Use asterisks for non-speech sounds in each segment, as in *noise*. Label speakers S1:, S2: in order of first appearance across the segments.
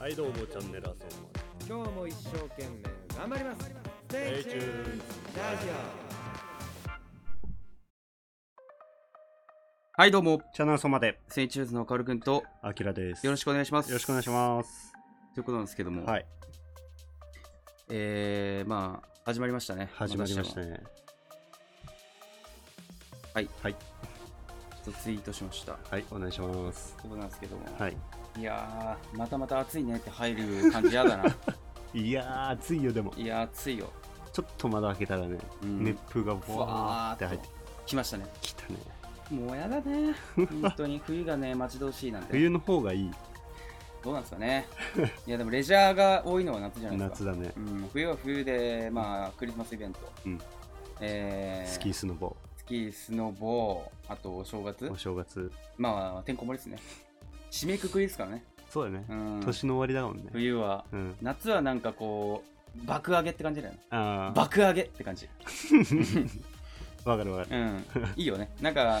S1: はいどうもチャンネルあそんま
S2: 今日も一生懸命頑張ります Stay tuned ラジ
S3: はい、どうも、
S1: チャンネルあそまで
S3: セイチューズのカオルくんと、
S1: あきらです
S3: よろし
S1: く
S3: くお願いします。
S1: よろしくお願いします
S3: す。ということなんですけども、
S1: はい
S3: えー、まあ、始まりましたね。
S1: 始まりました
S3: ね。
S1: ね
S3: はい。
S1: はい
S3: ちょっとツイートしました。という
S1: はいお願いします
S3: ことなんですけども、
S1: はい
S3: い、やー、またまた暑いねって入る感じや
S1: *laughs*
S3: だな。
S1: いやー暑いよでも
S3: いやー、暑いよ。
S1: ちょっと窓開けたらね、
S3: うん
S1: 熱風がボワーって
S3: ふわ
S1: 入っ
S3: ーってと来ましたね。
S1: きたね
S3: もうや
S1: *laughs*
S3: だね。本当に冬がね、待ち遠しいなんて。
S1: 冬の方がいい
S3: どうなんですかね。いや、でもレジャーが多いのは夏じゃないです
S1: 夏
S3: か。
S1: だね、
S3: うん、冬は冬で、まあ、クリスマスイベント。
S1: うん
S3: えー、
S1: スキースノボ
S3: スキー、スノボー、あとお正月
S1: お、正月
S3: まあ、てんこ盛りですね。締めくくりですからね。
S1: そうだね、
S3: うん、
S1: 年の終わりだもんね
S3: 冬は、
S1: うん
S3: 夏はなんかこう、爆上げって感じだよね。
S1: ああ
S3: 爆上げって感じ。
S1: わかるわかる
S3: うん、いいよね。なんか、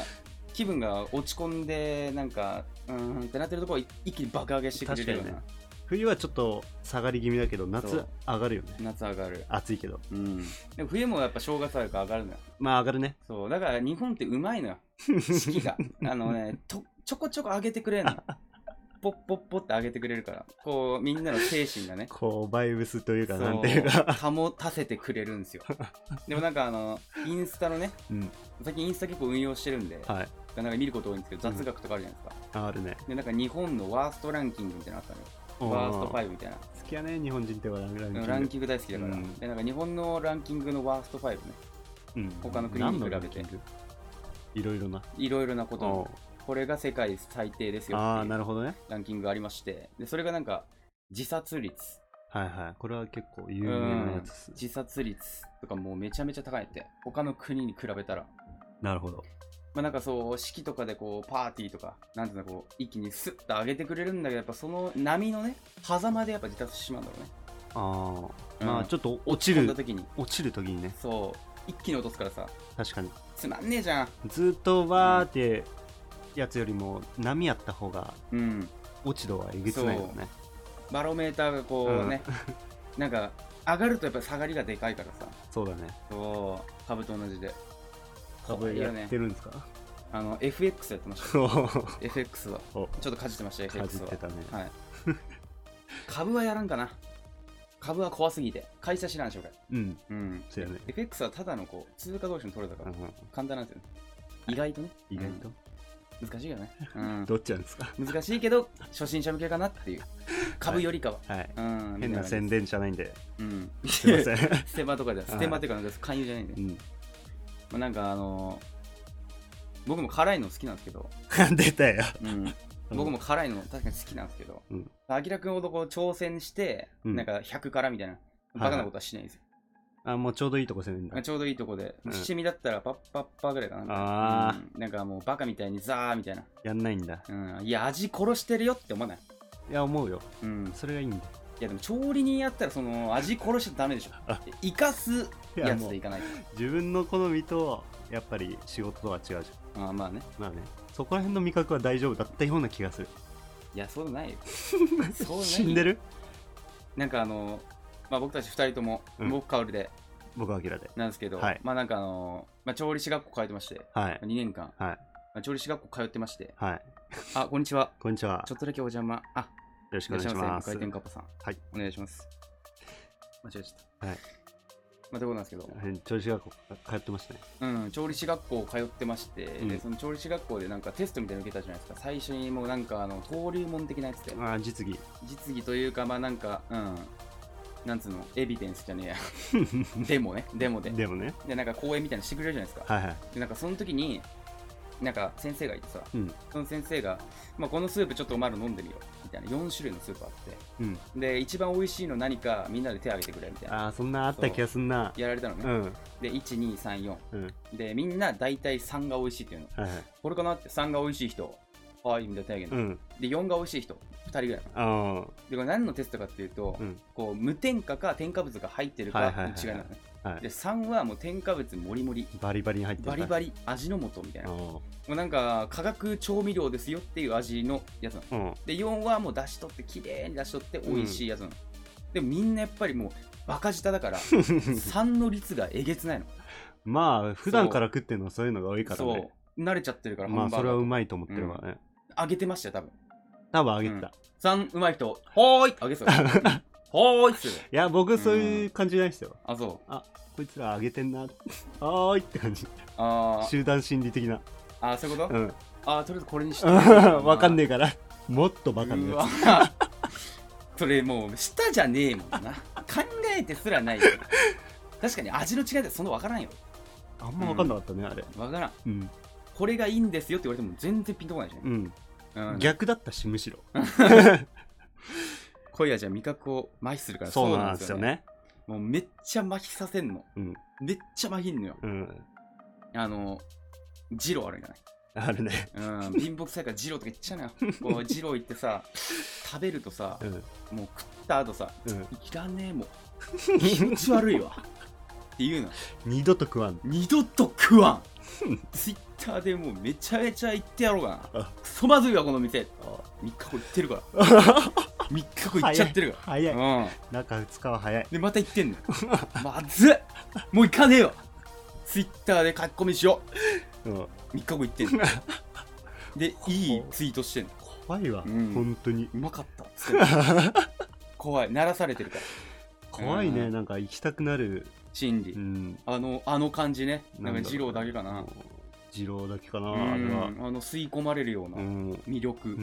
S3: 気分が落ち込んで、なんか、うーんってなってるところを一気に爆上げしてくれるよう
S1: 確
S3: な。
S1: か冬はちょっと下がり気味だけど
S3: そ
S1: 夏
S3: う
S1: 上がるよね
S3: 夏上がる。
S1: 暑いけど
S3: うん、でも冬もやっぱ正月あるから上がるのよ。
S1: まあ上がるね
S3: そう、だから日本ってうまいの
S1: *laughs*
S3: よ。四季が。あのね、とちょこちょこ上げてくれんの。ポッポッポって上げてくれるから。こう、みんなの精神がね。
S1: こうバイブスというか
S3: そう
S1: なんていう
S3: *laughs*
S1: か
S3: 保たせてくれるんですよ。でもなんかあの、インスタのね、
S1: うん
S3: 最近インスタ結構運用してるんで、
S1: はい
S3: なんか見ること多いんですけど、雑学とかあるじゃないですか。
S1: あるね
S3: で、なんか日本のワーストランキングみたいなのあったのよ。ワースト
S1: 好
S3: 5みたいな。
S1: きやね日本人ってランキング
S3: ランキング大好きだから、
S1: うん
S3: でなんか日本のランキングのワースト5ね、
S1: うん
S3: 他の国に比べ
S1: 何の
S3: て
S1: ランキングいろいろない
S3: ろいろなこ
S1: お
S3: と、これが世界最低ですよ
S1: ああ
S3: ってい
S1: な
S3: う
S1: るほどね
S3: ランキングがありまして、でそれがなんか自殺率、
S1: はいはいこれは結構有名なやつっす
S3: 自殺率とかもうめちゃめちゃ高いって、他の国に比べたら。
S1: なるほど
S3: まあ、なんかそう式とかでこうパーティーとかなんていうのこう一気にスッと上げてくれるんだけどやっぱその波のね狭間でやっぱ自殺してしまうんだろうね
S1: ああ
S3: うん
S1: まあちょっと落ち
S3: 飛んだ
S1: る
S3: 時に
S1: 落ちる時にね
S3: そう一気に落とすからさ
S1: 確かに
S3: つまんねえじゃん
S1: ずっとわーってやつよりも波あった方が
S3: うん
S1: 落ち度はえげつないよね
S3: バロメーターがこうね、なんか上がるとやっぱり下がりがでかいからさ
S1: そうだね
S3: そう株と同じで
S1: 株
S3: いい
S1: や
S3: よ
S1: っ
S3: ね
S1: てるんです
S3: *laughs*
S1: か
S3: あの FX やってました FX は
S1: お
S3: ちょっとかじってました
S1: かじっ
S3: FX は
S1: てたね
S3: はい *laughs* 株はやらんかな株は怖すぎて会社知らんでしょうか
S1: うん
S3: うん
S1: そうやね
S3: FX はただのこう通貨同士の取れた
S1: う
S3: から
S1: ん
S3: 簡単なんですよね意外とね
S1: 意外と、
S3: うん難しいよね、うん
S1: どっちなんですか
S3: 難しいけど初心者向けかなっていう株よりかは、
S1: はい
S3: うん
S1: 変な宣
S3: 伝
S1: 伝じゃないん *laughs* で
S3: うん
S1: すいません
S3: ステマとかじゃステマっていうかなんか勧誘じゃないんで、
S1: うん
S3: まあ、なんかあのー僕も辛いの好きなんですけど、
S1: *laughs* 出たよ
S3: うん、僕も辛いの確かに好きなんですけど
S1: うん
S3: あきらくんほどこう挑戦して、
S1: うん
S3: なんか100からみたいなバカなことはしないんですよ、
S1: あもうちょうどいいとこ攻めるんだ
S3: ちょうどいいとこで、
S1: うん
S3: 七味だったらパッパッパーぐらいかな。
S1: あ
S3: うんなんかもうバカみたいにザーみたいな。
S1: やんないんだ
S3: うん、いや、味殺してるよって思わない。
S1: いや思うよ
S3: うん、い
S1: それがいいんだよ
S3: や、でも調理人やったらその味殺しちゃダメでしょ。生かす
S1: いや
S3: や
S1: も
S3: つ
S1: う
S3: でいかないと。
S1: 自分の好みとやっぱり仕事とは違うじゃん
S3: あーまあね。
S1: まあねそこら辺の味覚は大丈夫だったような気がする
S3: いや、そうないよ。そうない
S1: 死んでる
S3: なんかあの、まあ、僕たち二人とも、
S1: うん
S3: 僕、カオルで
S1: 僕はアキラで
S3: なんですけど、
S1: はい
S3: まあなんかあの、まあ、調理師学校通ってまして、
S1: はい
S3: 2年間、
S1: はい
S3: まあ、調理師学校通ってまして、
S1: はい
S3: あ、こんにちは。
S1: こんにちは
S3: ちょっとだけお邪魔。あ、
S1: よろし
S3: い
S1: く
S3: ら
S1: お
S3: っ
S1: 願
S3: し
S1: い
S3: ゃい
S1: し
S3: ま
S1: ま
S3: せ。
S1: す
S3: 回転カッパさん。
S1: はい
S3: お願いします。間違えちゃった。
S1: はい。
S3: まあ、ということなんですけど、
S1: はい調子がこ通ってましたね
S3: うん、調理師学校通ってまして、
S1: ん
S3: でその調理師学校でなんかテストみたいなの受けたじゃないですか。最初にもうなんかあの登竜門的なやつで、
S1: ああ実技
S3: 実技というか、まあなんか、うん、なんつうの、エビデンスじゃ
S1: *laughs*
S3: ねえや。デモね、デモで。
S1: でもね
S3: で、なんか講演みたいなのしてくれるじゃないですか。
S1: はいはい
S3: でなんかその時になんか先生がいてさ、
S1: うん
S3: その先生が、まあ、このスープちょっとお前ら飲んでみよみたいな4種類のスープあっ
S1: うん
S3: てで一番美味しいの何かみんなで手挙げてくれみたいな
S1: ああそんなあった気がすんな
S3: やられたの
S1: う
S3: ね、
S1: ん
S3: で1234
S1: うん
S3: でみんな大体3が美味しいっていうの
S1: はいはい
S3: これかなって3が美味しい人ああいいんだ手あげる
S1: う
S3: の、
S1: ん
S3: で4が美味しい人2人ぐらいなの
S1: ああは
S3: でこれ何のテストかっていうと、
S1: うん
S3: こう無添加か添加物が入ってるか
S1: は
S3: の
S1: いはいはいはい
S3: 違いなのね、
S1: い
S3: で3はもう添加物もりもり
S1: バリバリに入ってる
S3: バリバリ味の素みたいな、もうなんか化学調味料ですよっていう味のやつなの
S1: うんうん
S3: で4はもう出し取って綺麗に出し取って美味しいやつなの、でもみんなやっぱりもうバカ舌だ
S1: *laughs*
S3: から3の率がえげつないの
S1: まあ普段から食ってるのはそういうのが多いから
S3: そ
S1: ね
S3: う慣れちゃってるから
S1: ま
S3: ハ
S1: あ
S3: ンバ
S1: そ
S3: ー
S1: れ
S3: ガ
S1: はう
S3: ー
S1: まいと思ってるわね、
S3: あげてましたよ多分
S1: 多分あげてた、い
S3: 3うまい人はーいあげて
S1: *laughs*
S3: たよはーいっすよ
S1: や僕そういう感じじゃないですよ、
S3: あそう
S1: こいつらあげてんなはーいって感じ
S3: あー
S1: 集団心理的な
S3: あーそういうこと、
S1: うん
S3: *laughs* あーとりあえずこれにし
S1: *laughs*
S3: て
S1: わかんねえ
S3: え
S1: からもっとバカなや
S3: *laughs* それもう舌じゃねえもんな考えてすらないよ確かに味の違いってそんな分からんよ
S1: つあんまわかんなかったねあれ
S3: 分からん
S1: うん、
S3: これがいいんですよって言われても全然ピンとこないしね
S1: う、ん
S3: うん、
S1: 逆だったしむしろ
S3: 今夜じゃ味覚を麻痺するから
S1: そうなんですよね
S3: もうめっちゃ麻痺させんの、
S1: うん
S3: めっちゃ麻痺んのよ
S1: うん
S3: あのジローあるじゃない
S1: あるね *laughs*
S3: うん、貧乏くさいからジローとか言っちゃうなこうジロー行ってさ食べるとさ
S1: う、ん
S3: もう食った後さ
S1: うん
S3: いらねえもん気持ち悪いわっていうの
S1: 二度と食わん
S3: 二度と食わ
S1: *laughs*
S3: んツイッターでもうめちゃめちゃ言ってやろうかな
S1: あ
S3: クソまずいわこの店3日後行ってるから3日後行っちゃってるか
S1: 早
S3: ら
S1: い
S3: うん
S1: 中2日は早い
S3: でまた行ってんの *laughs* まずっもう行かねえよツイッターで書き込みしよ
S1: うん
S3: う3日後行ってん
S1: *laughs*
S3: のでいいツイートしてんの
S1: 怖いわ、
S3: うん
S1: 本当に
S3: うまかったっつってんの
S1: *laughs*
S3: 怖い鳴らされてるから
S1: 怖いね、
S3: うん
S1: なんか行きたくなる
S3: 心理、
S1: うん
S3: あのあの感じね
S1: な
S3: なんん
S1: だろう
S3: か二郎だけかな
S1: 二郎だけかな、
S3: うん
S1: あれは
S3: あの吸い込まれるよう
S1: う
S3: なん魅力、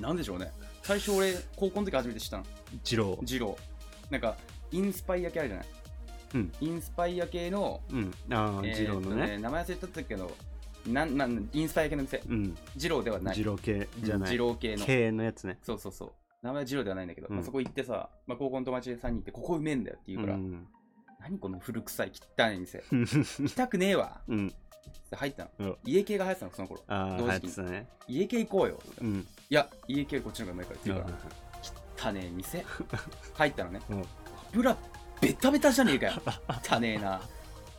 S3: なんでしょうね最初俺高校の時初めて知ったの
S1: *laughs* 二郎
S3: 二郎なんかインスパイア系あるじゃない、
S1: うん
S3: インスパイア系の
S1: うんああ
S3: えー
S1: 二郎の
S3: っと
S1: ね,、
S3: 名前忘れちゃったけどなんなんインスパイア系の店
S1: うん
S3: 二郎ではない
S1: 二郎系じゃ
S3: うん
S1: な
S3: 二
S1: い
S3: 郎系の
S1: 系のやつね
S3: そうそうそう名前は二郎ではないんだけど、
S1: うん
S3: まあ、そこ行ってさ、まあ、高校の友達で3人行ってここうめえんだよって言うから、
S1: うん *laughs*
S3: 何この古臭い汚い店行き
S1: う
S3: たくねえわ
S1: ん
S3: って入ったの、
S1: うん
S3: 家系が流行ってたのその頃
S1: ああ
S3: 同
S1: 流行
S3: 時
S1: っ
S3: 期
S1: て
S3: に
S1: たね
S3: 家系行こうよ
S1: うん
S3: いや家系こっちの方がうまいからって
S1: う
S3: 言うか
S1: ん
S3: ら、汚ねえ店
S1: *laughs*
S3: 入ったのね、
S1: うん
S3: 油ベタベタじゃねえかよ汚ねえな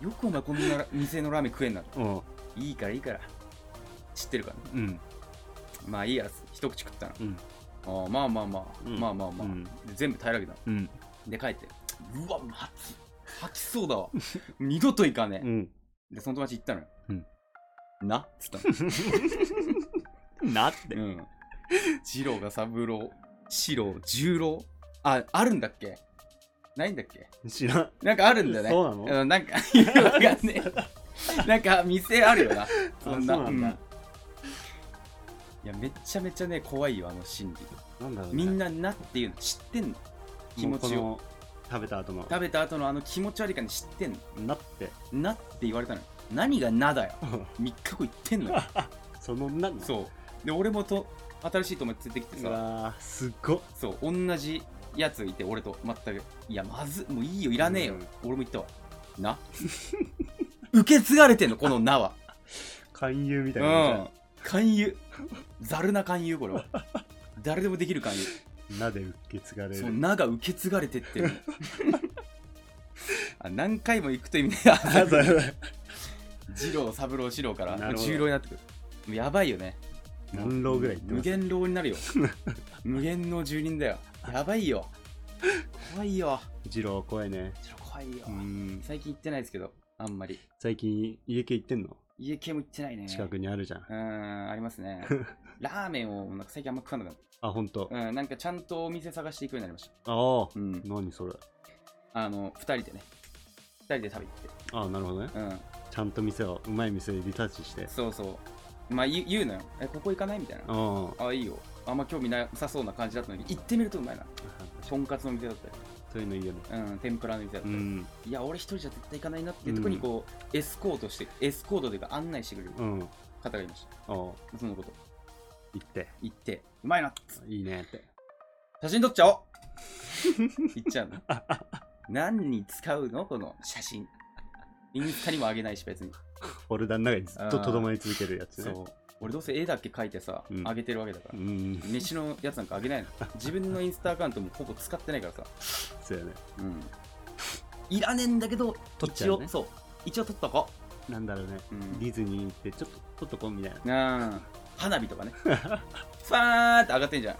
S3: よくお前こんな店のラーメン食えんなといいからいいから知ってるから、ね、
S1: うん
S3: まあいいや一口食ったの、
S1: うん
S3: ああまあまあまあ、
S1: うん
S3: まあまあまあ、
S1: うん
S3: で全部平らげたの
S1: うん
S3: で帰ってうわ吐き吐きそうだわ *laughs* 二度と行かねえ、
S1: うん
S3: でその友達行ったのよ、なっつったの
S1: なって
S3: うん。二郎が三郎、四郎、十郎。あ、あるんだっけないんだっけ
S1: 知らん
S3: なんかあるんだね。
S1: そうなの
S3: んなんか、いやわかん
S1: *laughs*
S3: ねえなんか店あるよな。そんな。
S1: あそうなんだ
S3: うんいや、めちゃめちゃね、怖いよ、あの心理。
S1: なんだろうね
S3: みんななっていうの知ってんの気持ちを。
S1: もうこの食べた後の
S3: 食べた後のあの気持ち悪い感じ知ってんの
S1: な
S3: *laughs*
S1: って
S3: なって言われたのよ。何がなだよ。3日後言ってんのよ。
S1: そのなんう
S3: そう。で、俺もと、新しい友達連れてきてさ、
S1: わーすっごっ
S3: そう同じやついて俺と全くいやまずもういいよいらねえよ、
S1: うん
S3: 俺も言ったわ
S1: *laughs*
S3: な受け継がれてんのこの「な」は
S1: 勧誘み
S3: う
S1: たい
S3: ん
S1: な
S3: 勧誘ざるな勧誘これは誰でもできる勧
S1: なで受け継が
S3: 誘
S1: れ
S3: そう「
S1: る
S3: な」が受け継がれ
S1: *laughs*
S3: てってるあ何回も行くという意味で
S1: あそう
S3: は
S1: そう
S3: *laughs* 二郎三郎四郎か
S1: な
S3: ら
S1: るほど
S3: 十郎になってくるもうやばいよね
S1: *laughs* 何郎ぐらい行ってます
S3: 無限牢に
S1: *laughs*
S3: なるよ無限の住人だよやばいよ怖いよ
S1: 二郎怖いね
S3: ちょっと怖いよ、
S1: うん
S3: 最近行ってないですけどあんまり
S1: 最近家系行ってんの
S3: 家系も行ってないね
S1: 近くにあるじゃん
S3: うーんあります
S1: *laughs*
S3: ねラーメンをなんか最近あんま食わなくなっ
S1: あほんと
S3: たうんなんかちゃんとお店探していくようになりまし
S1: ああ
S3: たうん
S1: 何それ
S3: あの2人でね2人で食べに
S1: ああなるほどね
S3: 行って
S1: ちゃんと店をうまい店でリサーチし
S3: う
S1: て
S3: んそうそうまあ言う言うのよえここ行かないみたいな
S1: ああ
S3: あいいよあんま興味なさそうな感じだったのに行ってみるとうまいなとんかつの店だった
S1: そういうのいいよね
S3: り、うん、天ぷらの店だっ
S1: う
S3: たり、
S1: ん
S3: いや俺一人じゃ絶対行かないなっていうところにこう、エスコートしてエスコートというか案内してくれる
S1: うんあ
S3: 方がいまし
S1: あ行
S3: たそのこと
S1: って
S3: 行ってうまいなっつって
S1: いいねって
S3: 写真撮
S1: *laughs*
S3: っちゃおう言っちゃうの何に使うのこの写真インスタにもあげないし別に
S1: フォルダの中にずっととどまり続けるやつね
S3: そう俺どうせ絵だけ描いてさ、
S1: うん
S3: 上げてるわけだか
S1: う
S3: ら。
S1: ん
S3: 飯のやつなんかあげないの。自分のインスタアカウントもほぼ使ってないからさ。
S1: そうやね
S3: うん。いらねえんだけど、
S1: 取っちゃ
S3: 一
S1: う
S3: 応、
S1: ね
S3: そう。一応取っとこ
S1: なんだろうね
S3: う。うん。
S1: ディズニー行ってちょっと撮っとこうみたいな
S3: うん花火とかね *laughs* ファーンって上がってんじゃん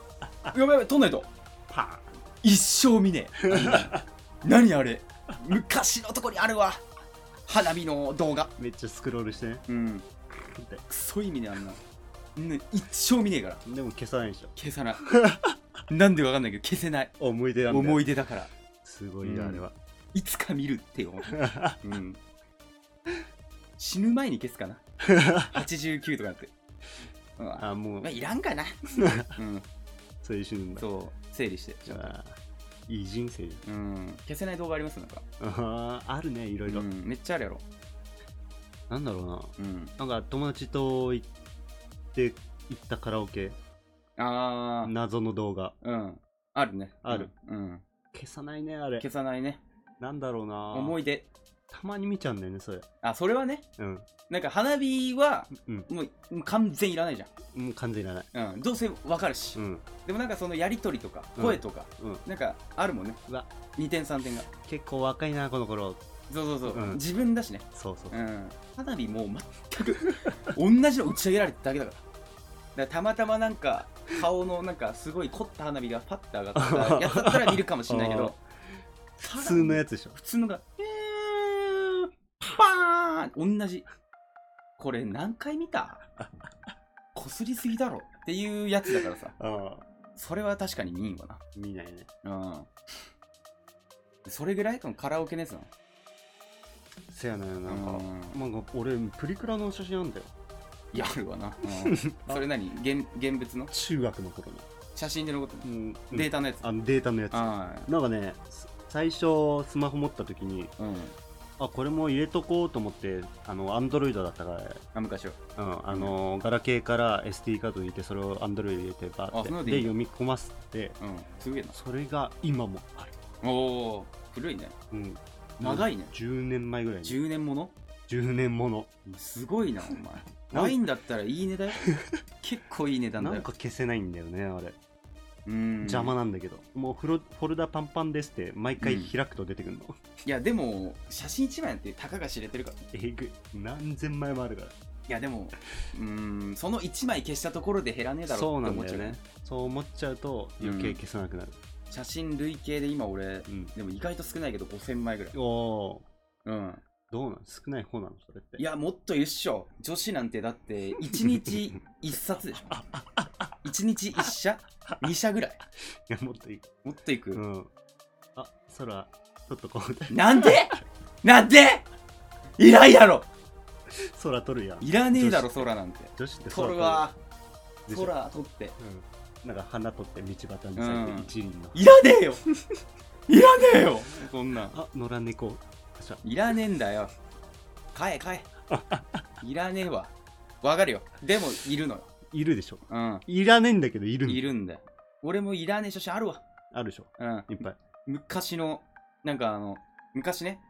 S3: やばいやばい撮んないと
S1: パ
S3: 一生見ねえ何 *laughs* あれ昔のとこにあるわ花火の動画
S1: ーンめっちゃスクロールしてね
S3: うん
S1: って
S3: クソ意味ねえあんなの、ね、一生見ねえから
S1: でも消さないでしょ
S3: 消さないなんでかわかんないけど消せない
S1: 思い出なんだよ
S3: 思い出だから
S1: すごいな、
S3: うん
S1: あれはい
S3: つか見るってよ、 *laughs* うん、死ぬ前に消すかな89とかなって、うんま
S1: あもう
S3: あ、いらんかな、うん、
S1: そういう趣味も
S3: そう整理してちょっと
S1: あーいい人生じ *laughs*
S3: うん、消せない動画ありますなんか、
S1: ゃんあーあるねいろいろ、
S3: うん、めっちゃあるやろ、
S1: なんだろうな
S3: うん、
S1: なんか友達と行って行ったカラオケ
S3: あ
S1: 謎の動画
S3: あうんあるね
S1: ある、
S3: うんうん、
S1: 消さないねあれ
S3: 消さないね
S1: なんだろうな
S3: 思い出
S1: たまに見ちゃうんだよねそれ
S3: あそれはね
S1: うん
S3: なんか花火は
S1: うん
S3: もうもう完全いらないじ
S1: もう完全にいらない
S3: ゃん、うん、どうせわかるし、
S1: うん
S3: でもなんかそのやりとりとか
S1: うん
S3: 声とか、
S1: うん
S3: なんかあるもんね
S1: うわ
S3: 2点3点が
S1: 結構若いなこの頃
S3: そうそうそう、
S1: うん
S3: 自分だしね、
S1: そうそう、
S3: うん、花火もう全く *laughs* 同じの打ち上げられただけだからだからたまたまなんか顔のなんかすごい凝った花火がパッて上がったやつだったら見るかもしれないけ
S1: あー
S3: ど
S1: 普通のやつでしょ
S3: 普通のが「えーパーン!」同じこれ何回見たこすりすぎだろっていうやつだからさ
S1: ああ
S3: それは確かに見んわ
S1: 見ないね
S3: なうんそれぐらいかもカラオケのやつなの
S1: せやなよなんか、
S3: うん
S1: なんか俺プリクラの写真なんだよ
S3: やるわな、う
S1: *laughs*
S3: んそれ何現現物の
S1: 中学の頃の、
S3: 写真でのこと
S1: うん、
S3: デー
S1: タ
S3: タのやつ
S1: あのデータのやつ
S3: あ
S1: なんかねす最初スマホ持った時に
S3: あ、うん。
S1: あこれも入れとこうと思ってあのアンドロイドだったから
S3: あ、昔は。
S1: うん、あのガラケーから SD カード入れてそれを Android 入れてバー
S3: あ
S1: って
S3: そん
S1: で
S3: なのでいいんだ
S1: 読み込ませて
S3: うん。すげえな。
S1: それが今もある、
S3: おお、古いね。
S1: うん、
S3: 長いね
S1: 10年前ぐらいに
S3: 10年もの
S1: 10年もの
S3: すごいな、
S1: *laughs*
S3: お前。ないんだったらいい値だよ。結構いい値段だ
S1: な
S3: よ。
S1: んか消せないんだよねあれ
S3: うん。
S1: 邪魔なんだけどもうフロフォルダパンパンですって毎回開くと出てくるの、 *laughs*
S3: いや、でも、写真一枚なんてたかが知れてるから。い
S1: えぐい何千枚もあるから
S3: や、でも、うーん、その一枚消したところで減らねえだろ
S1: そう
S3: って
S1: なん
S3: 思っ
S1: だ
S3: ちゃ
S1: よ
S3: う
S1: ねそう思っちゃうと余計消さなくなる、
S3: 写真累計で今俺、
S1: うん
S3: でも意外と少ないけど5000枚ぐらい。
S1: おお
S3: うん。
S1: ーどうなん少ない方なのそれって
S3: いや、もっといるっしょ。女子なんてだって、1日1冊で
S1: *laughs*
S3: しょ。1日1社 ?2 社ぐらい。
S1: いやもっといい、
S3: 持っていく。
S1: うん、あ空ちょっとこう *laughs*
S3: なんでなんでいないだろ
S1: 空撮るやん
S3: いらねえだろ
S1: 女子
S3: 空なんて
S1: 女子って
S3: 撮るわ
S1: 空撮るでしょ
S3: 空撮って
S1: うん、なんか花撮って道端に咲いて一輪の、
S3: いらねえよいらねえよそんなん
S1: あ野良猫パシャ
S3: いらねえんだよ買え買えいらねえわわかるよでもいるのよ
S1: いるでしょ
S3: うん
S1: いらねえんだけどいるの
S3: いるんだよ俺もいらねえ写真あるわ
S1: あるでしょ
S3: うん
S1: いっぱい
S3: 昔のなんかあの昔ね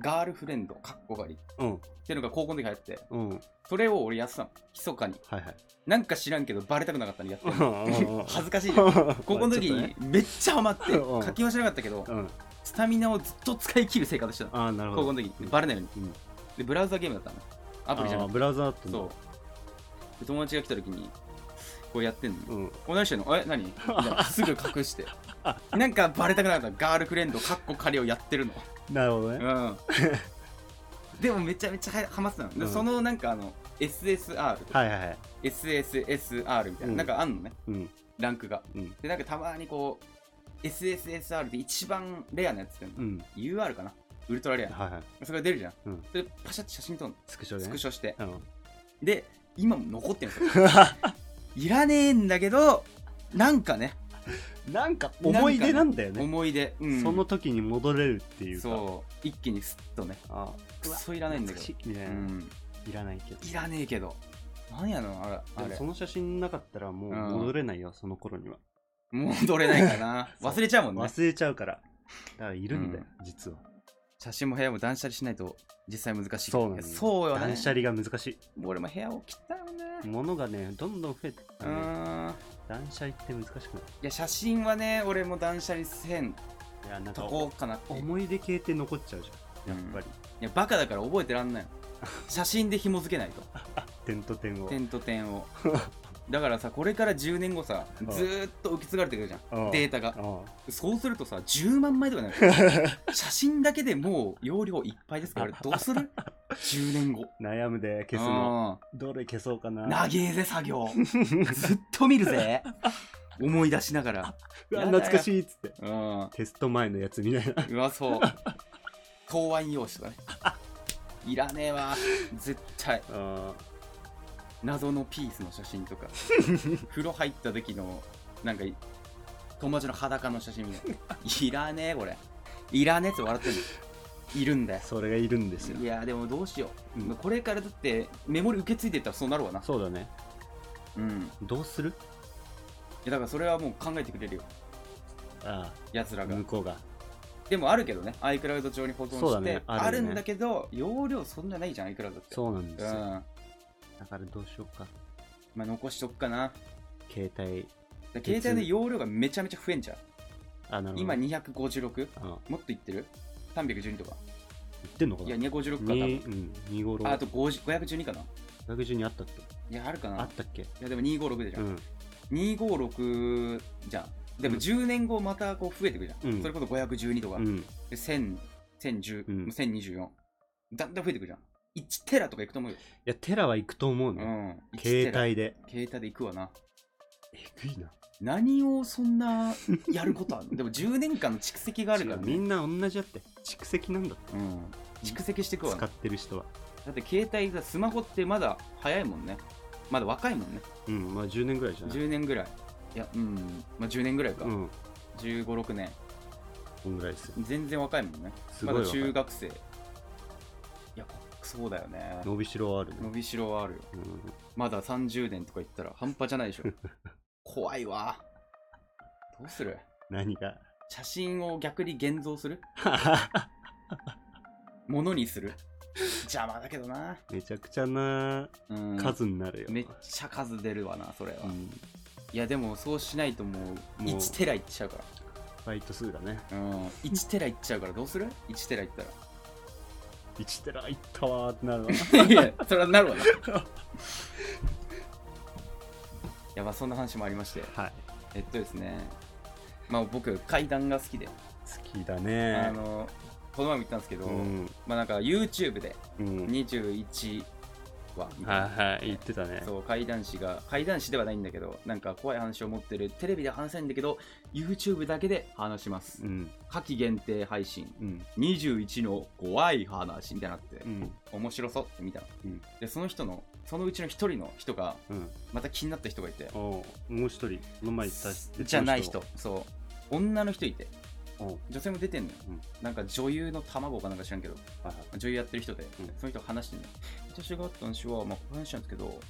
S3: ガールフレンドかっこがりっ
S1: うん
S3: ていうのが高校の時流行って
S1: うんはい
S3: それを俺やってたの密かに *laughs*
S1: はい
S3: なんか知らんけどバレたくなかったのやってんの恥ず
S1: *laughs*
S3: かしい高
S1: 高
S3: 校の時にめっちゃハマって
S1: うん
S3: 課金はしなかったけど
S1: うん
S3: スタミナをずっと使い切る生活してたの
S1: ああなるほ
S3: 高
S1: ど
S3: 校の時にバレないように
S1: うん
S3: でブラウザゲームだったのアプリじゃな
S1: あー
S3: く
S1: ブラウザーって
S3: て
S1: の
S3: そうで友達が来た時にこうやってんの
S1: う、ん、
S3: お何してんのえ何み
S1: *laughs*
S3: たいなすぐ隠してなんかバレたくなかったガールフレンドかっこ仮をやってるの
S1: なるほどね、 *laughs*
S3: うんでもめちゃめちゃはハマってたので、
S1: うん
S3: そのなんかあの SSR とか、
S1: はいはいはい
S3: SSSR みたいな、
S1: うん
S3: なんかあんのね
S1: うん
S3: ランクが
S1: うん
S3: でなんかたまにこう SSSR で一番レアなやつっていう
S1: う
S3: の
S1: ん
S3: UR かなウルトラレア
S1: はいはい
S3: それが出るじゃん、
S1: うん
S3: それパシャって写真撮るの
S1: スクショで
S3: ス
S1: ね
S3: クショして
S1: うん
S3: で今も残ってるんですよ
S1: *laughs*
S3: いらねえんだけどなんかね
S1: なんか思い出なんだよね
S3: 思い出、うん
S1: その時に戻れるっていうか
S3: そう一気にスッとね
S1: あ
S3: くっそいらないんだけど、
S1: どい,、
S3: うん、
S1: いらないけど
S3: いらねえけどなんやのあれ
S1: で
S3: あ
S1: も
S3: れ
S1: その写真なかったらもう
S3: うん
S1: 戻れないよ、その頃には
S3: 戻れないかな
S1: *laughs* そう
S3: 忘れちゃうもんね
S1: 忘れちゃうからだからいるんだよ、実は
S3: 写真も部屋も断捨離しないと実際難しい
S1: そうなん
S3: い
S1: だ
S3: やそうよね
S1: 断捨離が難し
S3: 俺も部屋を切ったよね
S1: い物がねどんどん増えて、
S3: う
S1: ね
S3: ーん
S1: 断捨離って難しくない
S3: いや写真はね俺も断捨離せん
S1: いやなん
S3: と
S1: か
S3: こかなってい
S1: 思い出系って残っちゃうじゃんやっぱり、
S3: やバカだから覚えてらん
S1: *laughs*
S3: ないよ写真で紐付けないと
S1: 点と点を
S3: *laughs* 点と点をだからさこれから10年後さ
S1: うん
S3: ずーっと受け継がれてくるじゃん
S1: うん
S3: データが
S1: うん
S3: そうするとさ10万枚とかになる
S1: *laughs*
S3: 写真だけでもう容量いっぱいですからどうする10年後
S1: 悩むで消すの
S3: の
S1: どれ消そうかな
S3: 長えぜ作業ずっと見るぜ思い出しながら
S1: うわ
S3: やだよ
S1: 懐かしいっつって
S3: うん
S1: テスト前のやつみたいな *laughs*
S3: うまそう答案用紙とかねいらねえわ絶対
S1: あ
S3: 謎のピースの写
S1: *laughs*
S3: 真とか風呂入った時のなんかい友達の裸の写真みたいないらねえこれいらねえって笑ってるいるんだよ
S1: ーそれがいるんですよ
S3: いやでもどうしよう、
S1: うん
S3: これからだってメモリ受け継いでったらそうなるわな
S1: そうだね
S3: うんい
S1: どうする
S3: やだからそれはもう考えてくれるよ
S1: あ
S3: やつ
S1: あ
S3: らが
S1: 向こうが
S3: でもあるけどね iCloud 上に保存して
S1: そうだね
S3: あ
S1: ある
S3: る
S1: よね
S3: んだけど容量そんなないじゃん iCloud って
S1: そうなんです
S3: うん
S1: よ
S3: ま
S1: だからどうしようか
S3: あ残しとくかな
S1: 携帯
S3: だから携帯の容量がめちゃめちゃ増えんじゃん。
S1: あなるほど
S3: 今
S1: うん
S3: 256?
S1: 言
S3: もっといってる ?312 とか。
S1: ってんのか
S3: い
S1: な
S3: や、256か多
S1: に
S3: 分。
S1: うん2頃
S3: ああと50 512かな
S1: 学中にあったっけ
S3: いや、あるか
S1: あ
S3: な
S1: ったっけ
S3: いや、でも256でじゃ。
S1: うんん
S3: 256じゃん。でも
S1: うん
S3: 10年後またこう増えてくじゃん。
S1: うん
S3: それこそ512とか、
S1: うん
S3: で1000、1010、
S1: うん
S3: 1024。だんだん増えてくじゃん。1テラとかいくと思うよ。
S1: いやテラは行くと思う
S3: う
S1: ね
S3: ん。
S1: 携
S3: 1テラ。
S1: 帯で
S3: 携帯でいくわな。
S1: えぐいな
S3: 何をそんなやることあるのでも10年間の蓄積があるから
S1: 違うみ
S3: ね。
S1: んな同じだって蓄積なんだって
S3: うん。蓄積していくわな
S1: 使。ってる人は
S3: だって携帯さスマホってまだ早いもんねまだ若いもんね
S1: うんまあ10年ぐらいじゃない
S3: 10年ぐらいいやうんまあ10年ぐらいか、
S1: うん
S3: 1 5 6年
S1: こんぐらいですよ
S3: 全然若いもんね
S1: すごい
S3: ま
S1: 若い
S3: だ中学生いやこそうだよね
S1: 伸びしろはあるね
S3: 伸びしろはあるよ
S1: うん
S3: まだ30年とか言ったら半端じゃないで
S1: *laughs*
S3: しょ怖いわどうする
S1: 何が *laughs*
S3: 写真を逆に現像するものにする邪魔だけどな
S1: めちゃくちゃな
S3: うん
S1: 数になるよ
S3: めっちゃ数出るわなそれは、
S1: うん
S3: いやでもそうしないともう
S1: もう
S3: 1テラいっちゃうか
S1: バイト数がね
S3: ら、うん、1テラいっちゃうからどうする ?1 テラいった
S1: 1テラいったわーってなるわ
S3: *laughs* らいやそれはなるわな *laughs* いやまあそんな話もありまして
S1: はい
S3: えっとですねまあ僕階段が好きで、
S1: 好きだ
S3: あ
S1: ね
S3: のこの前も言ったんですけど、
S1: うん
S3: まあなんか YouTube で
S1: うん
S3: 21話みたいな
S1: はいはい言ってたね
S3: そう怪談師が怪談師ではないんだけどなんか怖い話を持ってるテレビで話せないんだけど YouTube だけで話します
S1: うん
S3: 夏季限定配信
S1: うん
S3: 21の怖い話みたいなのあって、
S1: うん
S3: 面白そうって見たの、
S1: うん
S3: でその人のそのうちの一人の人が
S1: うん
S3: また気になった人がいて
S1: おうもう一人この前言った人
S3: じゃない人そう女の人いて
S1: おう
S3: 女性も出てんのよ、
S1: うん
S3: なんか女優の卵かなんか知らんけど
S1: はいはい
S3: 女優やってる人で、
S1: うん
S3: その人が話してんのよ私があった話はまあこういう話なんですけど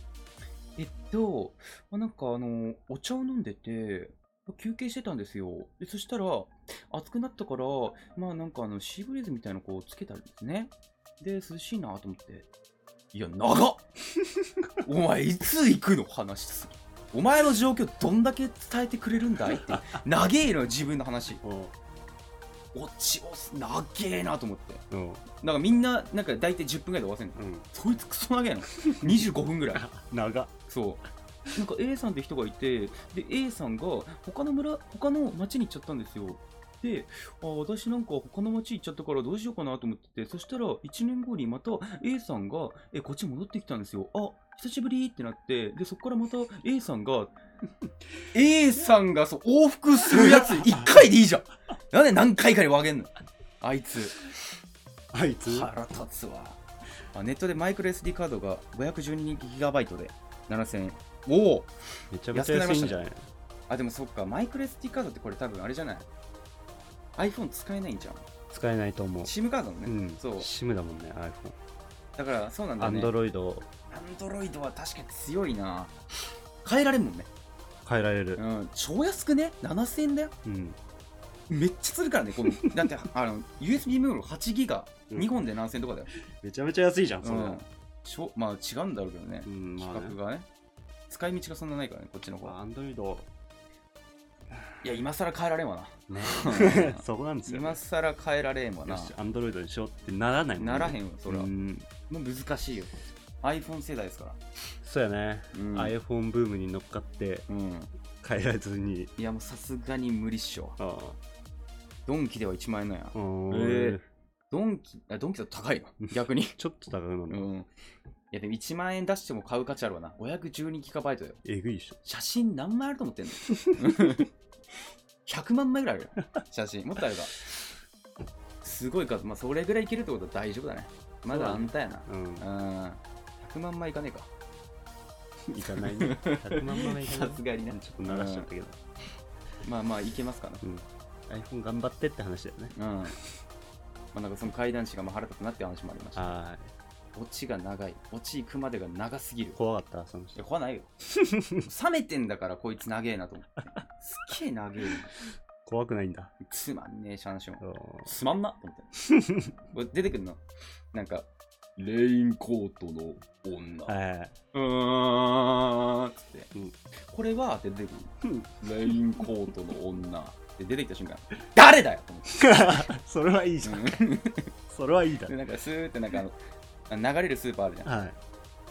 S3: えっとまあなんかあのお茶を飲んでて休憩してたんですよでそしたら暑くなったからまあなんかあのシーブリーズみたいなのこうつけたんですねで涼しいなと思っていや長っ *laughs* お前いつ行くの話すお前の状況どんだけ伝えてくれるんだいって長えのよ自分の話
S1: おう
S3: オチをす長えなと思って
S1: おう
S3: なんかみんな、なんか大体10分ぐらいで終わせんの。
S1: うん
S3: そいつクソ長いの。25分ぐらい。
S1: 長っ
S3: そう。なんか A さんって人がいて、で、A さんが他の村、他の町に行っちゃったんですよ。で、あ私なんか他の町行っちゃったからどうしようかなと思ってて、そしたら1年後にまた A さんが、え、こっち戻ってきたんですよ。あ、久しぶりってなって、で、そこからまた A さんが、A さんがそう往復するやつ1回でいいじゃん。なんで何回かに分けんのあいつ。
S1: あいつ
S3: 腹立つわあネットでマイクロ SD カードが 512GB で7000円おお
S1: めちゃめちゃ安いんじゃない
S3: あでもそっかマイクロ SD カードってこれ多分あれじゃない iPhone 使えないんじゃん
S1: 使えないと思う
S3: SIM カードのね、
S1: うん
S3: そう
S1: SIM だもんね iPhone
S3: だからそうなんだ
S1: ア
S3: よね
S1: ンドロイド
S3: アンドロイドは確かに強いな変えられんもんね
S1: 変えられる
S3: うん超安くね7000円だよ
S1: うん
S3: めっちゃするからね、
S1: *laughs*
S3: このだってあの USB メモリ8ギガ、
S1: うん
S3: 2本で何千とかだよ。
S1: めちゃめちゃ安いじゃん、
S3: う
S1: それ。
S3: ん、しょまあ違うんだろうけどね
S1: う、ん、ま
S3: 企
S1: あ、ね
S3: 画。がね。使い道がそんなないからね、こっちの方
S1: まあ
S3: は。
S1: アンドロイド、
S3: いや、今更変えられんわな。
S1: ね、 *laughs* そこなんですよ、ね
S3: 今。更変えられんわ
S1: よ
S3: な。
S1: し、アンドロイドにしようってならないもん、
S3: ならへ
S1: ん、
S3: んわ、それは。
S1: う
S3: も
S1: ん、
S3: う難しいよ。iPhone 世代ですから。
S1: そうやね。
S3: うん。
S1: iPhone ブームに乗っかって
S3: うん、
S1: 変えられずに。
S3: いや、もうさすがに無理っしょ。
S1: ああ
S3: ドンキでは1万円なんや。
S1: うん
S3: ええドンキ、あドンキだと高いよ。逆に。 *laughs*
S1: ちょっと高くなるの。
S3: うん。いや、でも1万円出しても買う価値あるわな。512GB だよ。
S1: えぐいっしょ。
S3: 写真何枚あると思ってんの *laughs* 100万枚ぐらいあるよ写真もっとあるかすごい数まあそれぐらいいけるってことは大丈夫だねまだ安泰やな *laughs*
S1: うん
S3: う、ん100万枚いかねえか
S1: いかない
S3: *laughs*
S1: ね。100万までいか
S3: さ
S1: ない
S3: す。がにね
S1: ちょっと鳴らしちゃったけど。
S3: まあまあいけますかな
S1: うん。iPhone 頑張ってって話だよね。
S3: うんまあなんかその階段師がまあ腹立つなっていう話もありました
S1: は
S3: オチが長いオチ行くまでが長すぎ
S1: い。
S3: る
S1: 怖かった、その
S3: いや
S1: 人。
S3: 怖ないよ冷めてんだからこいつ長えなと思ってすっげえ長えな
S1: 怖くないんだ。
S3: つまんねえし話も
S1: うん
S3: つまんなと思って。これ出てくるの。なんか、レインコートの女。
S1: はい。
S3: うーんっつって、
S1: うん
S3: これはって出て
S1: う
S3: く
S1: ん
S3: る。レインコートの女。で出てきた瞬間、誰だよと思って
S1: *laughs* それはいいじゃん。それはいいだ
S3: うん。で、なんかスーってなんかあの、流れるスーパーあるじゃん。
S1: はい。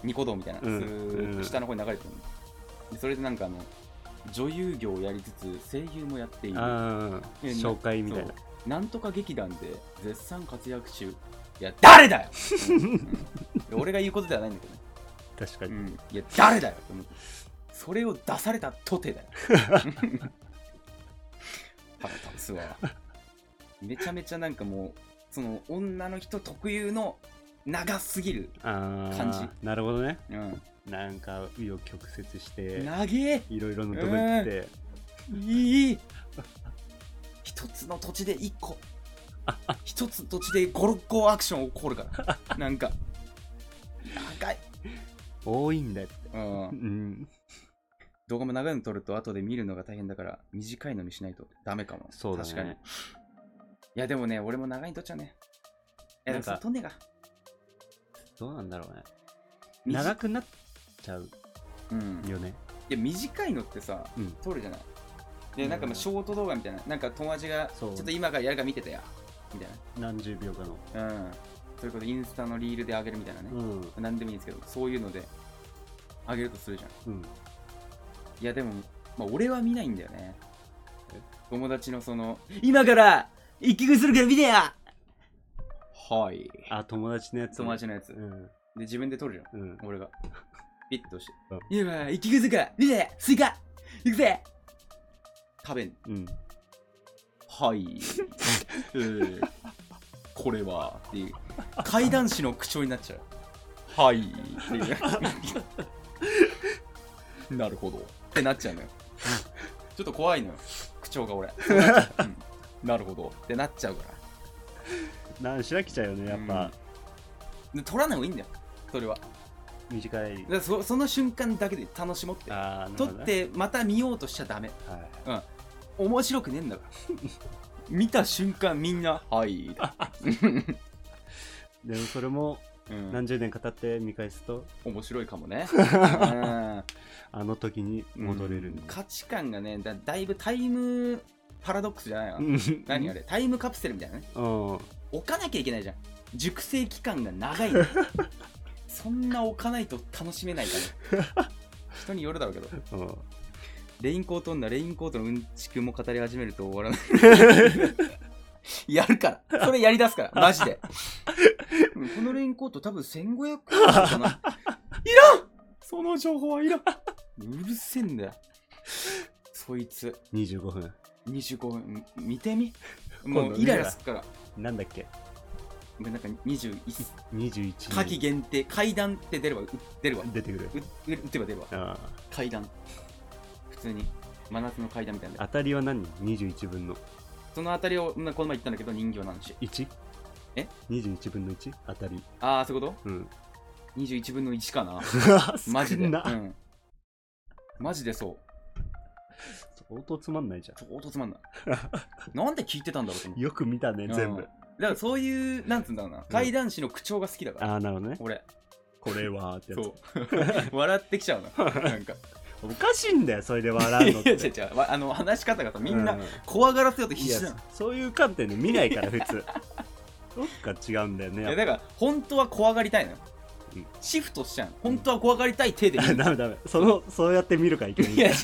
S3: ニコ動みたいな。ス
S1: うん
S3: ーっ
S1: う
S3: て
S1: ん
S3: 下の方に流れてるの。でそれでなんかあの、女優業をやりつつ声優もやっている。
S1: ああ、
S3: えな
S1: 紹介みたい
S3: そ
S1: な。
S3: うなんとか劇団で絶賛活躍中いや
S1: *laughs*
S3: 誰だよ、うん俺が言うことではないんだけどね、
S1: 確か
S3: う
S1: に。
S3: ん、いや誰だよと思ってそれを出されたとてだ
S1: *laughs*
S3: よ腹立つわめちゃめちゃなんかもうその女の人特有の長すぎる、
S1: ああ、
S3: 感じ
S1: なるほどね。
S3: うん、
S1: なんか、紆余曲折して、
S3: 長え
S1: いろいろなとこ行って、
S3: いい一つの土地で一個一つの土地で56個アクション起こる
S1: *laughs*
S3: からなんか長い、
S1: 多いんだよ。
S3: う、
S1: うんん。
S3: 動画も長いの撮ると後で見るのが大変だから短いのにしないとダメかも
S1: そうだね
S3: 確かにいやでもね俺も長いの撮っちゃうねい
S1: な
S3: やで
S1: ん
S3: も
S1: か
S3: それ撮んねえか
S1: どうなんだろうね。
S3: 短
S1: 長くなっちゃう
S3: うん
S1: よね。
S3: いや短いのってさ、
S1: うん
S3: 撮るじゃないでなんかまあショート動画みたいななんか友達がち
S1: そ
S3: ょ
S1: う
S3: っと今からやるから見てたやみたいな
S1: 何十秒かの。
S3: うん、そういうことインスタのリールで上げるみたいなね、
S1: うん。
S3: なんでもいいんですけど、そういうので上げるとするじゃん。
S1: うん。
S3: いや、でも、まあ、俺は見ないんだよね
S1: え。
S3: 友達のその、今から一気食いするから見てやはい。
S1: あ、友達のやつ。
S3: 友達のやつ。
S1: うん。
S3: で、自分で撮るじゃ
S1: うん。
S3: ん、俺が。ピッと押して
S1: うん。
S3: 今から一気食いするから見てやスイカ行くぜ食べん。
S1: うん。
S3: はい。えーこれはっていう。怪談師の口調になっちゃう。はい。っていう。なるほど。ってなっちゃうのよ。ちょっと怖いのよ。口調が俺。そうなっちゃううんなるほど。ってなっちゃうから。
S1: なんしらきちゃうよね、やっぱ。
S3: で取らない方がいいんだよ。それは。だか
S1: 短い。
S3: らそその瞬間だけで楽しもうって。
S1: ああ、なる
S3: 撮
S1: ほど
S3: っ
S1: ね。
S3: てまた見ようとしちゃダメ。
S1: はい。
S3: うん。面白くねえんだから。見た瞬間みんな、はい。
S1: でもそれも
S3: うん
S1: 何十年か経って見返すと、
S3: 面白いか
S1: *laughs*
S3: もね、うん
S1: あの時に戻れるんだ、
S3: 価値観がねだだいぶタイムパラドックスじゃないわ、
S1: うん
S3: 何あれタイムカプセルみたいなね
S1: うん
S3: 置かなきゃいけないじゃん熟成期間が長い
S1: *laughs*
S3: のそんな置かないと楽しめないから人によるだろうけど
S1: うん
S3: レインコート女レインコートのうんちくも語り始めると終わらない *laughs* やるからそれやりだ *laughs* すからマジでうんこのレインコート多分1500円かないらんその情報はいらんうるせえんだよそいつ
S1: 25分
S3: 25分み見てみも
S1: 今
S3: う
S1: 度
S3: イライラすっから
S1: なんだっけ
S3: ごめんなんか21
S1: 21人
S3: 夏季限定階段って出ればう出るわ
S1: 出てくる
S3: うう打てば出るわ
S1: あ
S3: 階段普通に真夏の階段みたいな
S1: 当たりは何人21分の
S3: そのあたりを、まあこの前言ったんだけど、人形なんし。
S1: 1?
S3: え
S1: ?21 分の 1? 当たり
S3: ああ、そういうこ
S1: うん *laughs*
S3: と ?21 分の1かな。マジで。
S1: 少
S3: う。
S1: なん
S3: マジでそう。
S1: 相当つまんないじゃ
S3: ちょっと
S1: *laughs*
S3: つまんないなんで聞いてたんだろうと思っ
S1: ん。
S3: て
S1: よく見たね、全
S3: うん
S1: 部
S3: だ。からそういうなんつうんだろうな怪談師の口調が好きだから、
S1: ああ、なるほどね。
S3: 俺
S1: これはーってや
S3: そう *laughs* 笑ってきちゃうななんか
S1: *laughs* つ。おかしいんだよ、それで
S3: い
S1: 笑うの
S3: や
S1: っ
S3: いや違う
S1: て。
S3: 違うわあの話し方がさみん
S1: う
S3: な
S1: い
S3: 怖がらせようと必
S1: や
S3: 死なの、
S1: そういう観点で見ないから、普通。
S3: *laughs*
S1: どっか違うんだよね。
S3: い
S1: やっ
S3: や
S1: ぱ
S3: だから本当は怖がりたいのよ、
S1: うん
S3: シフトしちゃうの本当は怖がりたい
S1: *laughs*
S3: 手で見
S1: あ
S3: る
S1: ダメダメ。その、そうやって見るからいけない
S3: いや違う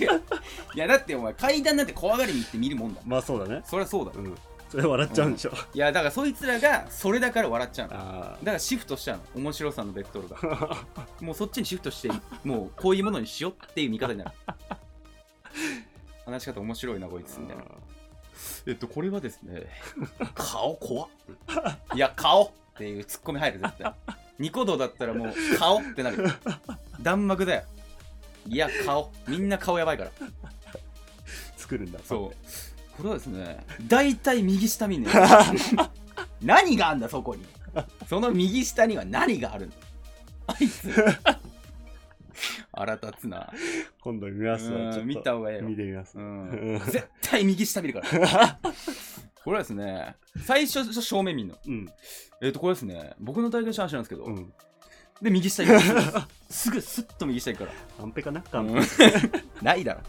S3: いやだってお前階段なんて怖がりに行って見るもんだもん
S1: まあそうだね。
S3: そりゃそうだろ
S1: うん。それ笑っちゃうんでしょ。
S3: いやだからそいつらがそれだから笑っちゃうのだ
S1: あ
S3: からシフトしちゃうの面白さのベクトルが *laughs*
S1: あ。
S3: もうそっちにシフトしてもうこういうものにしようっていう見方になる話し方面白いなこいつみたいなえっとこれはですね顔怖っいや顔っていうツッコミ入る絶対ニコ動だったらもう顔ってなるよ弾幕だよいや顔みんな顔やばいから
S1: 作るんだ。
S3: そうこれはですね大体右下見んね *laughs* 何があんだそこにその右下には何があるんだあいつ腹立つな
S1: 今度見ますわ。ちょっと
S3: うん見た方がええよ
S1: 見てみます
S3: う。
S1: うん
S3: ん絶対右下見るからこれはですね最初ちょ正面見んの
S1: うん。
S3: えっ、とこれですね僕の体験した話なんですけど、 *laughs*
S1: うん。
S3: で右下行くすぐすっと右下行くか
S1: カンペかな
S3: ら、
S1: カン *laughs* ペ。
S3: うんないだろ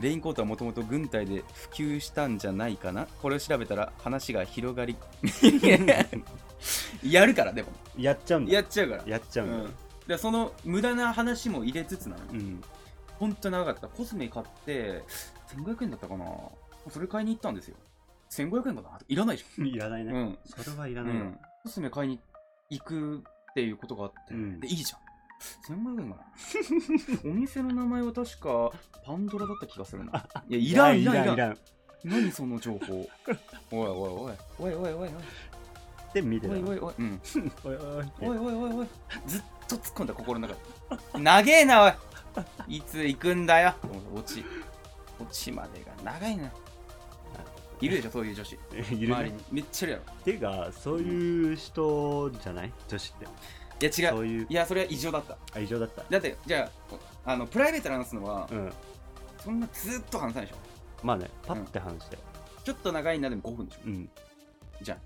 S3: レインコートはもともと軍隊で普及したんじゃないかなこれを調べたら話が
S1: *laughs*
S3: 広がりやるからでも
S1: やっちゃうんだ。
S3: やっちゃうから
S1: やっちゃう
S3: うんん
S1: だ。
S3: でその無駄な話も入れつつなの
S1: うん。
S3: ほんと長かったコスメ買って1500円だったかなそれ買いに行ったんですよ1500円かないらないじ
S1: いらない
S3: ゃん、
S1: ね。
S3: うん
S1: それはいら
S3: う
S1: ないわ
S3: ん、コスメ買いに行くっていうことがあって、
S1: うん
S3: でいいじゃん千枚ぐらいか *laughs* なお店の名前は確かパンドラだった気がする *laughs* ないやいらんいらんいらん
S1: いらん。
S3: 何その情報おいおいおいおいおいおいおい
S1: で、見てた
S3: おい
S1: の。
S3: おいおいうん
S1: おいおいって
S3: おいおいおいおいずっと突っ込んだ心の中 *laughs* で長えなおいいつ行くんだよ落ち落ちまでが長いないるでしょそういう女子
S1: いる
S3: 周
S1: ね
S3: りにめっちゃいるやろ
S1: てかそういう人じゃない女子って
S3: いや違
S1: そうういう
S3: いやそれは異常だった
S1: 愛情だった
S3: だってじゃああのプライベートで話すのは、
S1: うん
S3: そんなずっと話さないでしょ
S1: まあねパッて話して
S3: ちょっと長いなでも5分でしょ
S1: うん
S3: じゃ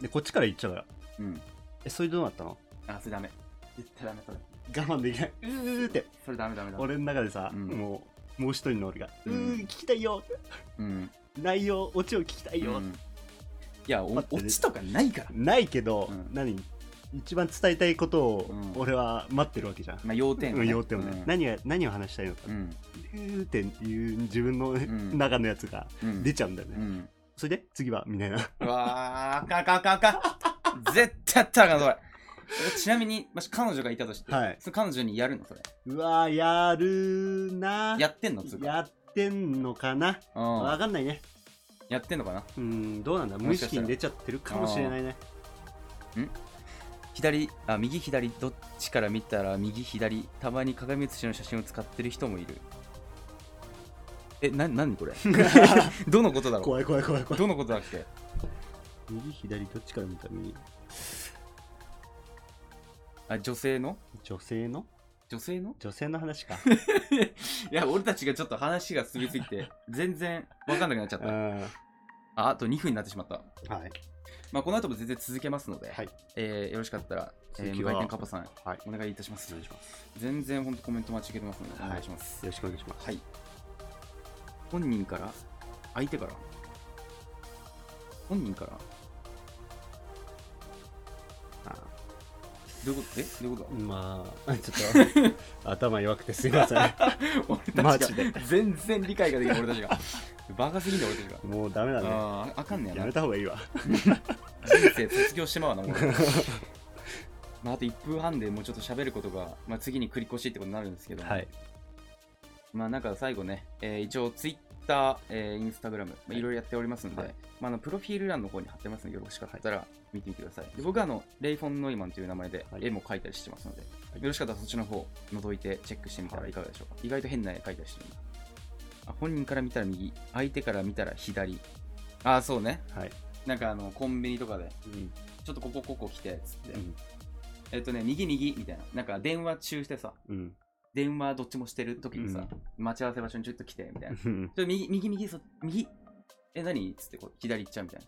S1: でこっちから言っちゃうから
S3: あうん
S1: えそれどうなったの
S3: あそれダメ絶対ダメそれ
S1: 我慢できないうーって
S3: それダメダメダメ
S1: 俺の中でさ、
S3: うん
S1: もうもう一人の俺が、う
S3: うん
S1: ー聞きたいよ
S3: うん
S1: 内容オチを聞きたいよ、
S3: うんいやお
S1: 待って
S3: オチとかないから
S1: ないけど、
S3: うん
S1: 何一番伝えたいことを
S3: うん
S1: 俺は待ってるわけじゃん、
S3: まあ要点を
S1: うん、要点をね、
S3: うん
S1: 何が何を話したいのか、
S3: うん
S1: うーっていう自分の
S3: ん
S1: 中のやつが
S3: うん
S1: 出ちゃうんだよね、
S3: うん
S1: それで次はみたいな
S3: うわーあかんあかんあかんあかん絶対やったらあかんそれちなみにもし彼女がいたとして、
S1: はい
S3: その彼女にやるのそれ
S1: うわやるな
S3: やってんのつうか
S1: やってんのかな
S3: うん
S1: わかんないね
S3: やってんのかな
S1: うんどうなんだ無
S3: も
S1: 意
S3: しかし
S1: 識
S3: たら
S1: に出ちゃってるかもしれないね
S3: 左あ右左どっちから見たら右左たまに鏡写しの写真を使ってる人もいるえな何 *laughs* これどのことだろ
S1: 怖い怖い怖いう怖い
S3: どのことだっけ
S1: 右左どっちから見たら右
S3: あ女性の
S1: 女性の
S3: 女性の
S1: 女性の話
S3: *laughs*
S1: か
S3: いや俺たちがちょっと話が進みすぎて全然分かんなくなっちゃっ
S1: うん
S3: たああと2分になってしまった、
S1: はい
S3: まあ、この後も全然続けますので、
S1: はい
S3: えーよろしかったら、え
S1: 続
S3: ー、
S1: き
S3: 向
S1: は
S3: 井店カポさん
S1: はい
S3: お願いいたします
S1: お願いします
S3: 全然本当コメント間違えてますのでお願いします、
S1: よろしくお願いします
S3: はい。本人から相手から本人から
S1: あ
S3: どういうことえどういうこ
S1: まあ *laughs* ちょっと頭弱くてすい
S3: *laughs*
S1: ません
S3: と俺
S1: マジ
S3: たち
S1: で
S3: が全然理解ができない俺たち *laughs* が。バカすぎんだ俺たちが。
S1: もうダメだね
S3: あーあかんねや
S1: や
S3: な。
S1: め
S3: 人
S1: た方がいいわ
S3: 生卒業してま *laughs* うな、もう。まあ、あと1分半でもうちょっと喋ることが、まあ、次に繰り越しってことになるんですけど、
S1: はい
S3: まあなんか最後ね、えー一応ツイッター、えーインスタグラム、まあ、
S1: い
S3: いろいろやっておりますので、
S1: はい
S3: まあ、あのプロフィール欄の方に貼ってますので、よろしかったら見てみてください。で僕はあのレイフォン・ノイマンという名前で
S1: はい
S3: 絵も描いたりしてますので、
S1: はい
S3: よろしかったらそっちの方覗いてチェックしてみたらいかがでしょうか。意外と変な絵描いたりしてるんだあ本人から見たら右、相手から見たら左。ああ、そうね。
S1: はい
S3: なんかあのコンビニとかで、
S1: うん
S3: ちょっとここここ来て、つって、
S1: うん
S3: えっとね、右右みたいな。なんか電話中してさ、
S1: うん
S3: 電話どっちもしてる時にさ、待ち合わせ場所にちょっと来てみたいな。ち
S1: うん
S3: ょ右、右、右、そ右。え、何っつってこう左行っちゃうみたい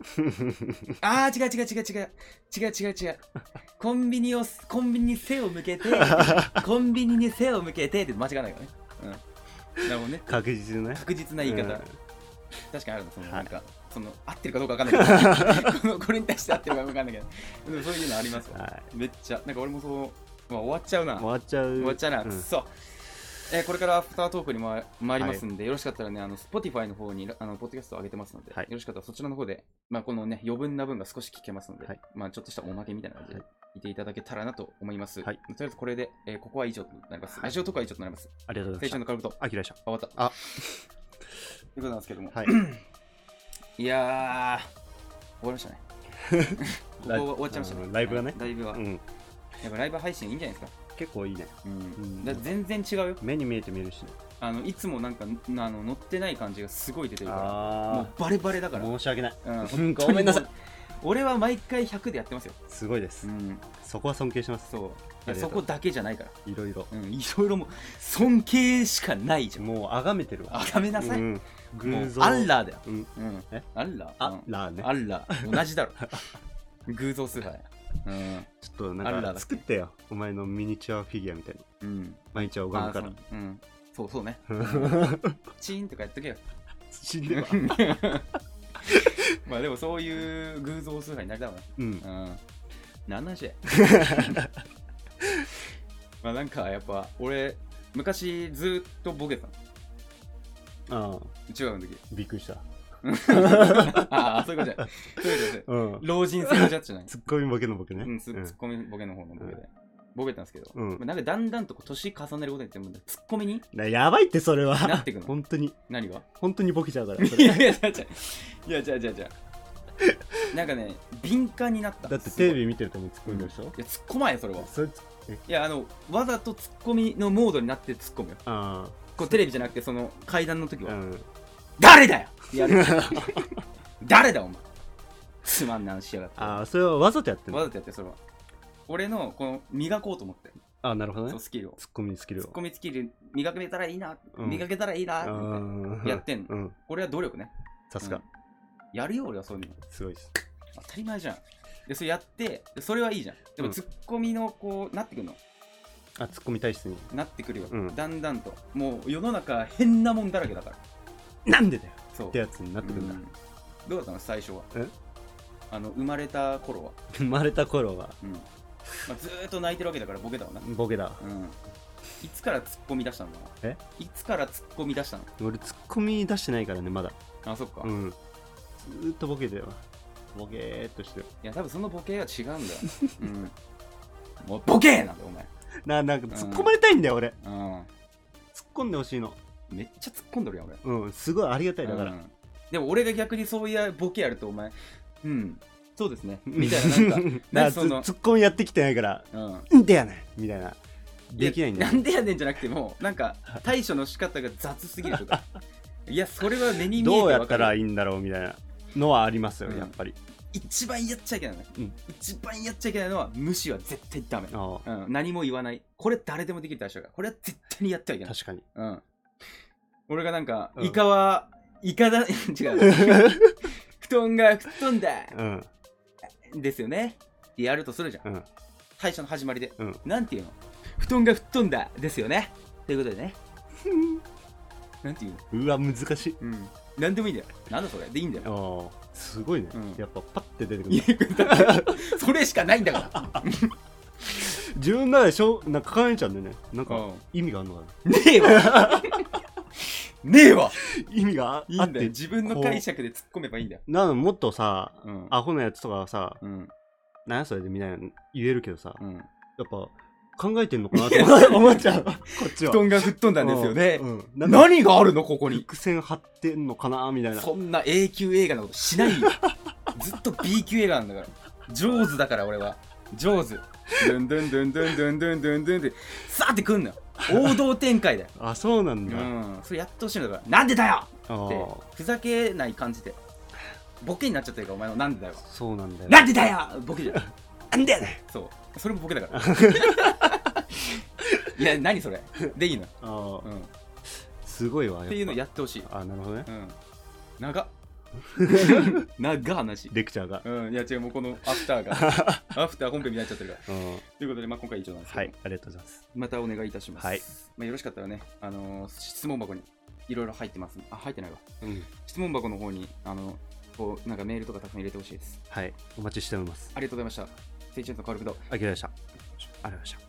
S3: な。
S1: *laughs*
S3: ああ、違う違う違う違う。違う違う違う。コンビニを、コンビニに背を
S1: *laughs*
S3: 向けて、コンビニに背を向けてって間違わないからね。うん。なるほどね。
S1: *laughs* 確実ね。
S3: 確実な言い方。
S1: うん
S3: 確かにあるの、その、
S1: はい
S3: なんか、その、合ってるかどうかわかんないけど、こ *laughs* のこれに対して合ってるかわかんないけど、でもそういうのありますよ。
S1: は
S3: めっちゃ、なんか俺もそう、まあ、終わっちゃうな。
S1: い。終
S3: 終わ
S1: わっちゃう。
S3: っちゃうな。
S1: う
S3: くっ
S1: ん
S3: そ。えーこれからアフタートークにま参りますんで、よろしかったらね、あの、Spotify の方に、あの、ポッドキャストを上げてますので、
S1: はい
S3: よろしかったらそちらの方で、まあ、このね、余分な分が少し聞けますので、
S1: はい
S3: まあ、ちょっとしたおまけみたいな感じで
S1: は、
S3: いていただけたらなと思います。
S1: はい
S3: とりあえずこれで、えーここは以上となります。ラジオとかは以上となります。
S1: ありがとうござ
S3: 青
S1: いまし
S3: 春のカルト、あ、
S1: た。あきらでした。
S3: 終わった。
S1: あ
S3: ということなんですけども、
S1: はい。
S3: いやー、終わりま
S1: *laughs*
S3: したね。ここは終わっちゃいました
S1: あ
S3: ね
S1: の。ライブがね
S3: はいライブは。
S1: うん。
S3: やっぱライブ配信いいんじゃないですか。
S1: 結構いいね。
S3: うん。
S1: ん
S3: だから全然違うよ。
S1: 目に見えて見えるしね。
S3: あの、いつもなんか、なあの、乗ってない感じがすごい出てるか
S1: あ
S3: ら。もうバレバレだから。
S1: ー申し訳ない。
S3: う
S1: う
S3: ん
S1: んごめんなさい。
S3: 本当にもう俺は毎回100でやってますよ。
S1: すごいです。
S3: ん。
S1: そこは尊敬します。
S3: そう。い
S1: あ
S3: や
S1: りがと
S3: そうこだけじゃないから。
S1: いろいろ。
S3: うん。いろいろもう、尊敬しかないじゃん。
S1: もう、あがめてるわ。
S3: あがめなさい。
S1: う。
S3: もうん
S1: 偶像。
S3: アッラーだよ。
S1: うん。
S3: うん。
S1: え
S3: アッラーう
S1: あ
S3: ん
S1: らーね
S3: ア。ッラ
S1: *laughs*
S3: ー。同じだろ。偶像崇拝。うん。
S1: ちょっと
S3: あ
S1: な
S3: らだ
S1: ん
S3: っけ
S1: か作ってよ。お前のミニチュアフィギュアみたいに。
S3: うん。
S1: 毎日拝むか
S3: あ
S1: ら。
S3: そううん。そうそうね。
S1: *laughs*
S3: チーンとかやっとけよ。 *laughs*
S1: 死んでるわ。
S3: まあでもそういう偶像崇拝になりたいもん
S1: うん。
S3: な。うん。7時。 *laughs* まあなんかやっぱ俺、昔ずっとボケてたの。
S1: ああ、
S3: 中学の *laughs* 時。
S1: びっくりした。
S3: ああ、そういうことじゃない。そういうことじゃない。
S1: うん。
S3: 老人性のジャッジじゃない。
S1: ツッコミボケのボケね。
S3: うん、ツ
S1: うん
S3: ッコミボケの方のボケで。ボケたんですけど、
S1: うん
S3: まあなんかだんだんとこう年重ねることによってもうツッコミに
S1: なやばいってそれは
S3: なってくの
S1: 本当に
S3: 何が
S1: 本当にボケちゃうからそ
S3: *laughs* い
S1: れ
S3: やいや、違う違う。いや、違う違う違う。なんかね、敏感になった。
S1: だってテレ
S3: ビ。い
S1: ビ見てるとも突っ込んでるでしょ、
S3: や、突っ込まんよ、それは。
S1: それえ
S3: いや、あの、わざと突っ込みのモードになって突っ込むよ。
S1: あ
S3: こう、テレビじゃなくて、その階段の時
S1: あ
S3: は。
S1: うん
S3: 誰だよってやる。誰だ、お前。つまんなんしやがって。
S1: ああそれはわざとやってる
S3: わざとやって、それは。俺の、この、磨こうと思って。
S1: ああなるほど
S3: そ
S1: ね
S3: う、スキルを。
S1: 突っ込みスキル
S3: 突
S1: を
S3: っ込みスキル、磨けたらいいな。
S1: うん
S3: 磨けたらいいな。こ
S1: ああ
S3: やってんの
S1: うん
S3: れは努力ね。
S1: さすが、
S3: うんやるよ、俺はそういうの。
S1: すごいです
S3: 当たり前じゃん。で、それやって、でそれはいいじゃん。でも、
S1: うん
S3: ツッコミの、こう、なってくるの。
S1: あ突っ込み体質に
S3: なってくるよ。
S1: うん
S3: だんだんと。もう、世の中、変なもんだらけだから。
S1: なんでだよ
S3: そう。
S1: ってやつになってくるんだ、
S3: うんどうだったの最初は
S1: え。
S3: あの、生まれた頃は。
S1: 生まれた頃は
S3: うん。まあ、ずーっと泣いてるわけだから、ボケだわな。
S1: ボケだ
S3: うん。いつから突っ込み出したのかな
S1: え
S3: いつから突っ込み出したの
S1: 俺突っ込み出してないからねまだ
S3: あ、そっか。
S1: う
S3: い
S1: んずーっとボケてるわボケーっとしてる
S3: や、多分そのボケは
S1: *laughs*
S3: 違うんだよ。うん。もう、ボケーなんだよ、お前。
S1: ななんか突っ込まれたいんだよ、俺突っ込んでほしいの
S3: うん。めっちゃ突っ込んどるやん、俺。
S1: うんすごいありがたいだから、
S3: うんでも俺が逆にそういうボケやるとお前うんそうで
S1: *laughs*
S3: すねみたいななんか *laughs* なんか
S1: つ
S3: その
S1: ツッコミやってきてないから
S3: うん
S1: 「んでやねん」みたいなできないんだ
S3: や
S1: よ
S3: なんでやねんじゃなく
S1: *laughs*
S3: てもうなんか対処の仕方が雑すぎるとか
S1: *laughs*
S3: いやそれは目に見えて
S1: どうや
S3: わ
S1: った
S3: からる
S1: いいんだろうみたいなのはありますよ、
S3: うん
S1: やっぱり
S3: 一番やっちゃいけないのね、
S1: うん
S3: 一番やっちゃいけないのは無視は絶対ダメ、
S1: ああ
S3: うん、何も言わないこれ誰でもできる対象がこれは絶対にやってはいけない、
S1: 確かに
S3: うん、俺がなんか、
S1: うん
S3: イカはイカだ *laughs* 違
S1: *laughs*
S3: う布団が布団だ
S1: うん
S3: ですよねってやるとするじゃん
S1: うん
S3: 最初の始まりで、
S1: うん
S3: なんていうの布団が吹っ飛んだですよねということでねなんていう
S1: *laughs*
S3: の
S1: うわ難しい
S3: うんなんでもいいんだよなんだそれでいいんだよ
S1: ああすごいね、
S3: うん
S1: やっぱパッて出てく
S3: い
S1: る
S3: やだってそれしかないんだから
S1: 自分の中でしょなんか考えちゃうんだよねなん
S3: う
S1: か
S3: ん
S1: 意味があるのかな
S3: ねえわねえわ
S1: 意味があ
S3: いい
S1: あ
S3: ん
S1: っ
S3: だよ
S1: て
S3: 自分の解釈で突っ込めばいいんだよ
S1: なのもっとさ
S3: うん
S1: アホなやつとかはさ
S3: うん
S1: 何やそれでみたいな言えるけどさ、
S3: うん
S1: やっぱ考えてんのかなって思思っちゃうこっち
S3: 布
S1: は
S3: 団が吹っ飛んだんですよね
S1: うんうんなんか
S3: 何があるのここに
S1: 伏線張ってんのかなみたいな
S3: そんな A 級映画のことしないよずっと B 級映画なんだから上手だから俺は上手ドゥンドゥンドゥンドゥンドゥンドゥンドゥンドゥンってさーってくんのよ王道展開だよ
S1: あそうなん
S3: う
S1: だ、あ
S3: んそれやってほしいんだからなんでだよって
S1: あ
S3: ふざけない感じでボケになっちゃってるからお前のなんでだよ
S1: そう *laughs* なんだよ
S3: なん
S1: *laughs*
S3: でだよボケじゃん
S1: なんだよね *laughs*
S3: そうそれもボケだからいや、何それ。でいいの。
S1: あ
S3: う
S1: あ
S3: ん。っ
S1: すごいわやって
S3: いうのやってほしい。
S1: あなるほどね
S3: うん。
S1: *laughs*
S3: 長っ。長っ話。
S1: レクチャーが
S3: うん。いや、違う、もうこのア
S1: *laughs*
S3: フターが、アフター本編になっちゃってるから。
S1: うんは
S3: ということで、まあ、今回は以上なんですけど、
S1: いありがとうございます
S3: またお願いいたします。
S1: はい。
S3: まあ、よろしかったらね、あのー質問箱にいろいろ入ってます。あ、入ってないわ。
S1: うん
S3: 質問箱の方に、あの、こう、なんかメールとかたくさん入れてほしいです。
S1: はいお待ちしております
S3: ありがとうございました。ステイチューンとの協力どう
S1: ありがとうございましたありがとうございました